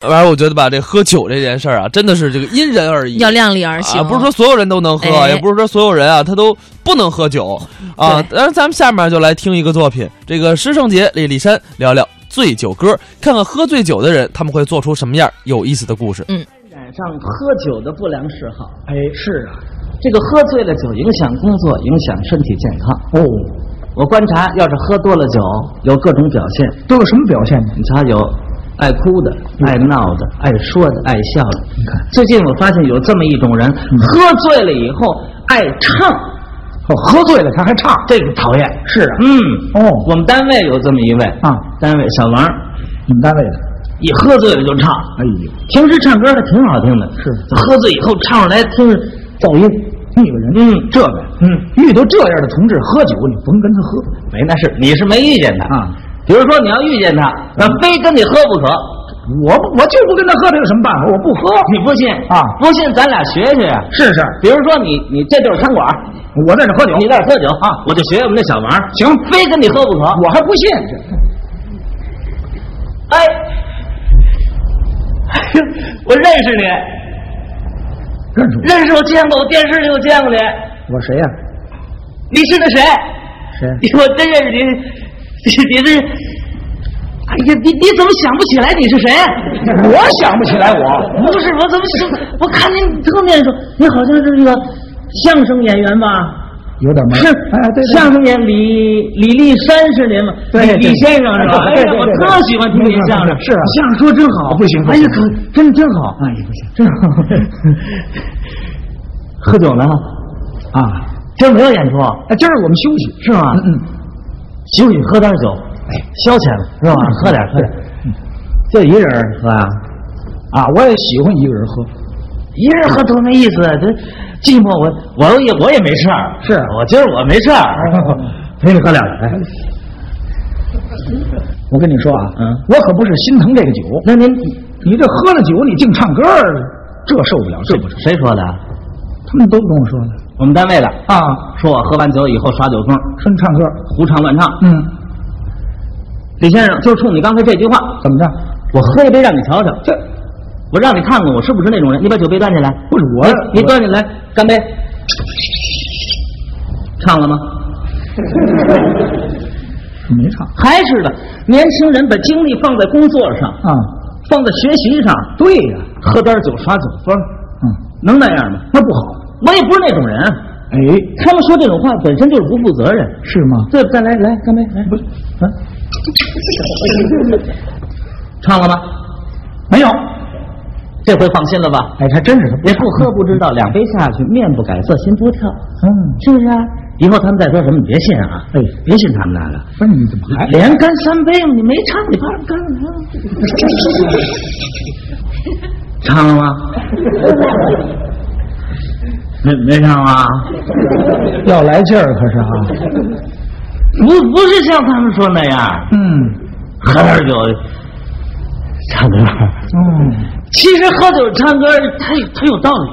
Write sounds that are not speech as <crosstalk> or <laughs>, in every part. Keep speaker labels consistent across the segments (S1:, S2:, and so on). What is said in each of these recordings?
S1: 反正我觉得吧，这喝酒这件事儿啊，真的是这个因人而异，
S2: 要量力而行。
S1: 啊，不是说所有人都能喝，
S2: 哎
S1: 也不是说所有人啊他都不能喝酒啊。
S2: 对
S1: 然后咱们下面就来听一个作品，这个师胜杰、李立山聊聊醉酒歌，看看喝醉酒的人他们会做出什么样有意思的故事。
S3: 染上喝酒的不良嗜好。哎，是啊，这个喝醉了酒影响工作，影响身体健康。哦，我观察，要是喝多了酒，有各种表现。
S4: 都有什么表现呢？嗯
S3: 你瞧，有爱哭的、爱闹的、爱说的、爱笑的。你看，最近我发现有这么一种人，喝醉了以后爱唱，
S4: 嗯哦，喝醉了他还唱，
S3: 这个讨厌。
S4: 是啊，
S3: 嗯，
S4: 哦
S3: 我们单位有这么一位
S4: 啊，
S3: 单位小王，
S4: 你们单位的，
S3: 一喝醉了就唱，
S4: 哎呦，
S3: 平时唱歌还挺好听的，
S4: 是
S3: 喝醉以后唱出来听着噪音。
S4: 那个人，
S3: 嗯
S4: 这个，
S3: 嗯
S4: 遇到这样的同志喝酒，你甭跟他喝，
S3: 没那事，你是没遇见他
S4: 啊。嗯
S3: 比如说你要遇见他，那非跟你喝不可，
S4: 我不我就不跟他喝，他有什么办法？我不喝，
S3: 你不信
S4: 啊
S3: 不信咱俩学学呀。
S4: 试试，
S3: 比如说你你这就是餐馆，
S4: 我在这喝酒，
S3: 你在这儿喝酒啊，我就学我们那小王，行，非跟你喝不可。
S4: 我还不信，
S3: 哎， <laughs> 哎呦，我认识你，
S4: 认识我，
S3: 认识我见过，我电视里我见过你，
S4: 我谁呀、
S3: 你是那谁？<laughs>
S4: 谁？
S3: 我真认识你，你你是，哎呀，你你怎么想不起来你是谁？啊
S4: 我想不起来我，
S3: 不是，我怎么想？我看您特面熟，你好像是那个相声演员吧？
S4: 有点
S3: 是
S4: 门儿，哎，对对，
S3: 相声演员李李立山是您吗？
S4: 对对
S3: 李李先生是吧？哎
S4: 对对
S3: 呀，
S4: 对
S3: 我
S4: 对
S3: 特喜欢听您
S4: 没错
S3: 相声，
S4: 没错是啊
S3: 相声说真好，
S4: 不行不
S3: 哎呀
S4: 行，
S3: 可真的真好，
S4: 哎呀，不行，
S3: 真好。 <laughs> 喝酒呢？
S4: 啊，
S3: 今儿没有演出，
S4: 哎，今儿我们休息，
S3: 是吗？
S4: 嗯哎嗯，
S3: 休息喝点酒，消遣是吧？
S4: 嗯
S3: 喝点喝点，就一人喝啊？
S4: 啊，我也喜欢一个人喝，
S3: 一人喝多没意思，啊这寂寞我我也我也没事儿，
S4: 是嗯哎
S3: 我今儿我没事儿， <laughs> 陪你喝两杯。
S4: 我跟你说啊，
S3: 嗯
S4: 我可不是心疼这个酒，
S3: 那您
S4: 你这喝了酒，你净唱歌儿，这受不了，这不成。
S3: 谁说的？
S4: 他们都跟我说的
S3: 我们单位的
S4: 啊，
S3: 说我喝完酒以后耍酒疯，
S4: 说你唱歌，
S3: 胡唱乱唱。
S4: 嗯，
S3: 李先生，就冲你刚才这句话，
S4: 怎么着？
S3: 我喝一杯让你瞧瞧，
S4: 这
S3: 我让你看看我是不是那种人。你把酒杯端起来，
S4: 不是我，
S3: 你端起来，干杯。唱了吗？
S4: 我 <laughs> 没唱
S3: 还是的，年轻人把精力放在工作上，
S4: 啊。
S3: 放在学习上，
S4: 对呀、
S3: 喝点酒耍酒疯，
S4: 嗯，
S3: 能那样吗？
S4: 那不好。
S3: 我也不是那种人，
S4: 哎，
S3: 他们说这种话本身就是不负责任。
S4: 是吗？
S3: 对，再来来干杯，来
S4: 不是，啊，
S3: 唱了吗？
S4: 没有。
S3: 这回放心了吧？
S4: 哎，还真是他不
S3: 也不喝不知道，两杯下去，面不改色心不跳，
S4: 嗯，
S3: 是不是啊？以后他们再说什么，你别信啊！
S4: 哎
S3: 别信他们那个，
S4: 不是你怎么还？
S3: 连干三杯，你没唱，你怕什么干了？ <laughs> 唱了吗？没没唱啊？
S4: 要来劲儿可是啊。
S3: 不不是像他们说那样，
S4: 嗯，
S3: 喝点酒，唱歌。
S4: 哦，
S3: 其实喝酒唱歌，它有它有道理，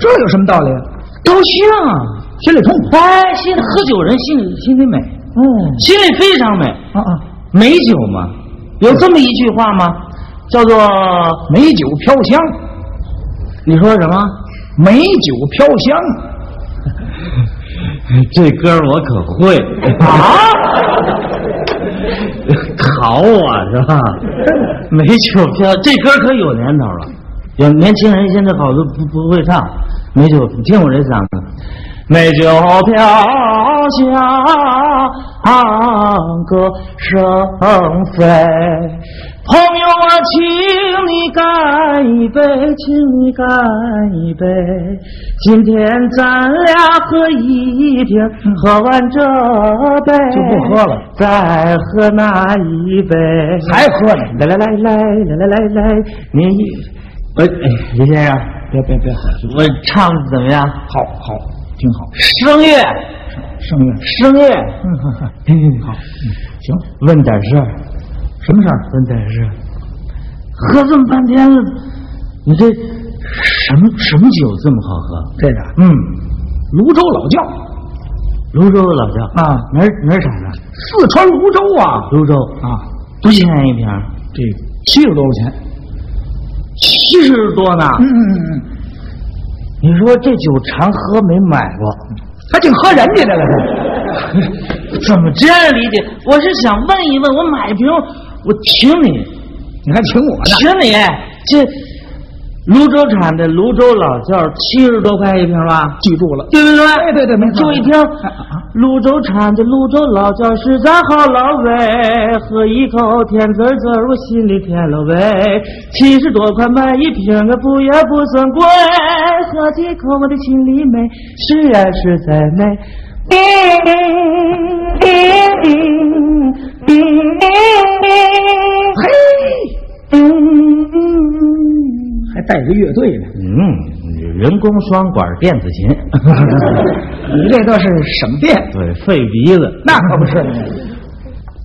S4: 这有什么道理？
S3: 高兴啊，
S4: 心里痛快。
S3: 哎，心里喝酒人心里心里美，
S4: 哦，
S3: 心里非常美。
S4: 啊啊，
S3: 美酒嘛，有这么一句话吗？叫做
S4: 美酒飘香，
S3: 你说什么？
S4: 美酒飘香。
S3: <laughs> 这歌我可会啊！ <laughs> 考我啊是
S4: <laughs>
S3: 吧？美酒飘，这歌可有年头了。有年轻人现在好多不不会唱，美酒，你听我这嗓子，美酒飘香，啊歌声飞。朋友啊，请你干一杯，请你干一杯，今天咱俩喝一瓶，喝完这杯
S4: 就不喝了，
S3: 再喝那一杯，
S4: 还喝
S3: 来
S4: 呢
S3: 来来来来来来来，您一，哎哎，李先生，
S4: 别别别，好，
S3: 我唱得怎么样？
S4: 好，挺好。
S3: 声乐，
S4: 声乐，
S3: 声乐，
S4: 嗯，呵呵嗯好，嗯行，
S3: 问点事儿，
S4: 什么事儿？
S3: 问点事儿。喝这么半天了，你这什么什么酒这么好喝？
S4: 这个啊
S3: 嗯，
S4: 泸州老窖
S3: 泸州的老窖，
S4: 啊，
S3: 哪儿哪儿产的？
S4: 四川泸州啊
S3: 泸州
S4: 啊，
S3: 多少钱一瓶？
S4: 这个七十多块钱，
S3: 七十多呢。
S4: 嗯嗯嗯，
S3: 你说这酒常喝没买过，
S4: 还净喝人家的了，
S3: <laughs> 怎么这样理解？我是想问一问，我买瓶，我请你，
S4: 你还请我呢？
S3: 请你这泸州产的泸州老窖七十多块一瓶吧？
S4: 记住了，
S3: 对不哎对？
S4: 对对对没错
S3: 注意听，泸州产的泸州老窖是咱好老味，喝一口甜滋滋儿，我心里甜了味。七十多块买一瓶啊，不也不算贵，喝几口我的心里美，是啊实在美。叮叮叮叮叮叮叮，嘿，嗯。
S4: 还带个乐队呢。
S3: 嗯，人工双管电子
S4: <laughs>
S3: 琴，
S4: 你这倒是省电，
S3: 对，费鼻子。
S4: 那可不是。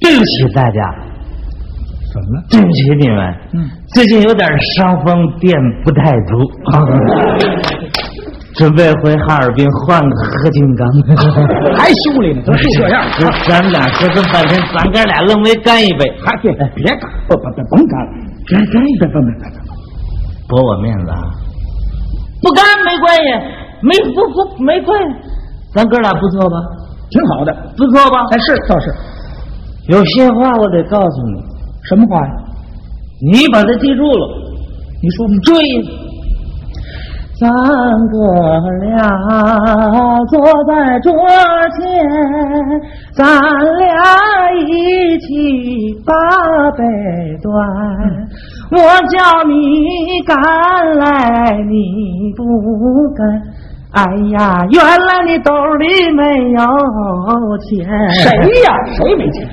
S3: 对不起大家，
S4: 怎么了？
S3: 对不起你们，
S4: 嗯
S3: 最近有点伤风，电不太
S4: <laughs>
S3: 足，准备回哈尔滨换个合金钢。
S4: 还修理呢？都是这样，啊
S3: 这 <laughs> 咱们俩折腾半天，咱哥俩愣没干一杯，
S4: 还对，哎别干，不不不，甭干了，别干，别别别别，
S3: 驳我面子啊！不干没关系，没不不没关系，咱哥俩不错吧？
S4: 挺好的。
S3: 不错吧？
S4: 哎，是倒是，
S3: 有些话我得告诉你，
S4: 什么话呀？
S3: 你把它记住了。
S4: 你说吧。
S3: 注意，咱哥俩坐在桌前，咱俩一起把杯
S4: 嗯
S3: 端。我叫你赶来，你不赶。哎
S4: 啊
S3: 呀，原来你兜里没有钱。
S4: 谁呀？谁没钱？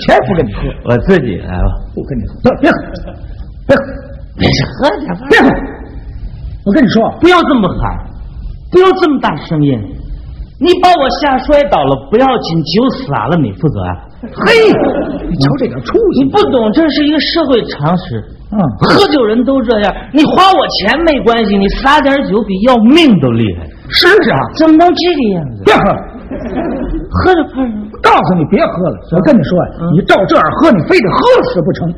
S4: 钱不跟你喝，
S1: 我自己来吧。
S4: 不跟你喝，别喝，别喝，
S3: 别喝点吧，
S4: 别喝。我跟你说，
S3: 不要这么喊，不要这么大声音，你把我吓摔倒了不要紧，酒洒了你负责啊！
S4: 嘿，你瞧这点出
S3: 你
S4: 息
S3: 不懂这是一个社会常识，
S4: 啊！
S3: 喝酒人都这样。你花我钱没关系，你撒点酒比要命都厉害，
S4: 是啊，
S3: 怎么能这个样子？
S4: 别喝了。
S3: 喝着怕人？
S4: 告诉你别喝了，我跟你说呀，
S3: 嗯
S4: 你照这样喝，你非得喝死不成。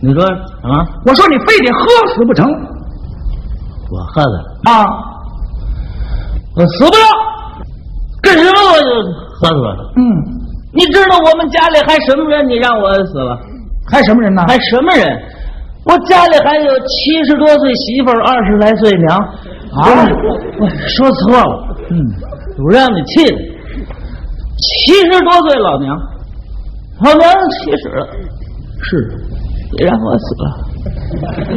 S3: 你说啊什么？
S4: 我说你非得喝死不成
S3: 我喝的，
S4: 啊！
S3: 我死不了，跟什么我就喝死了。
S4: 嗯，
S3: 你知道我们家里还什么人？你让我死了。
S4: 还什么人呢？
S3: 还什么人？我家里还有七十多岁媳妇儿，二十来岁娘。
S4: 啊
S3: 我说错了，
S4: 嗯，
S3: 我让你气的。七十多岁老娘，老娘七十了，
S4: 是
S3: 你让我死了，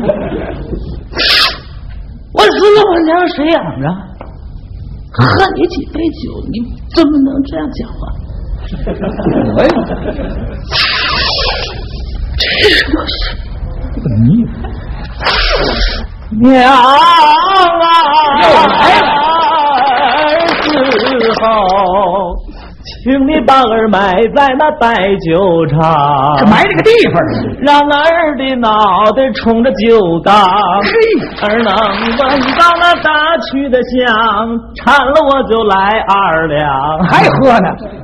S3: 我死了我娘谁养着？喝你几杯酒，你怎么能这样讲话？
S4: 我呀，
S3: 娘啊！
S4: 又来
S3: 之后，请你把儿埋在那白酒厂，
S4: 这埋这个地方呢。
S3: 让儿的脑袋冲着酒缸，
S4: 嘿，
S3: 儿能闻到那大曲的香，馋了我就来二两。
S4: 还喝呢？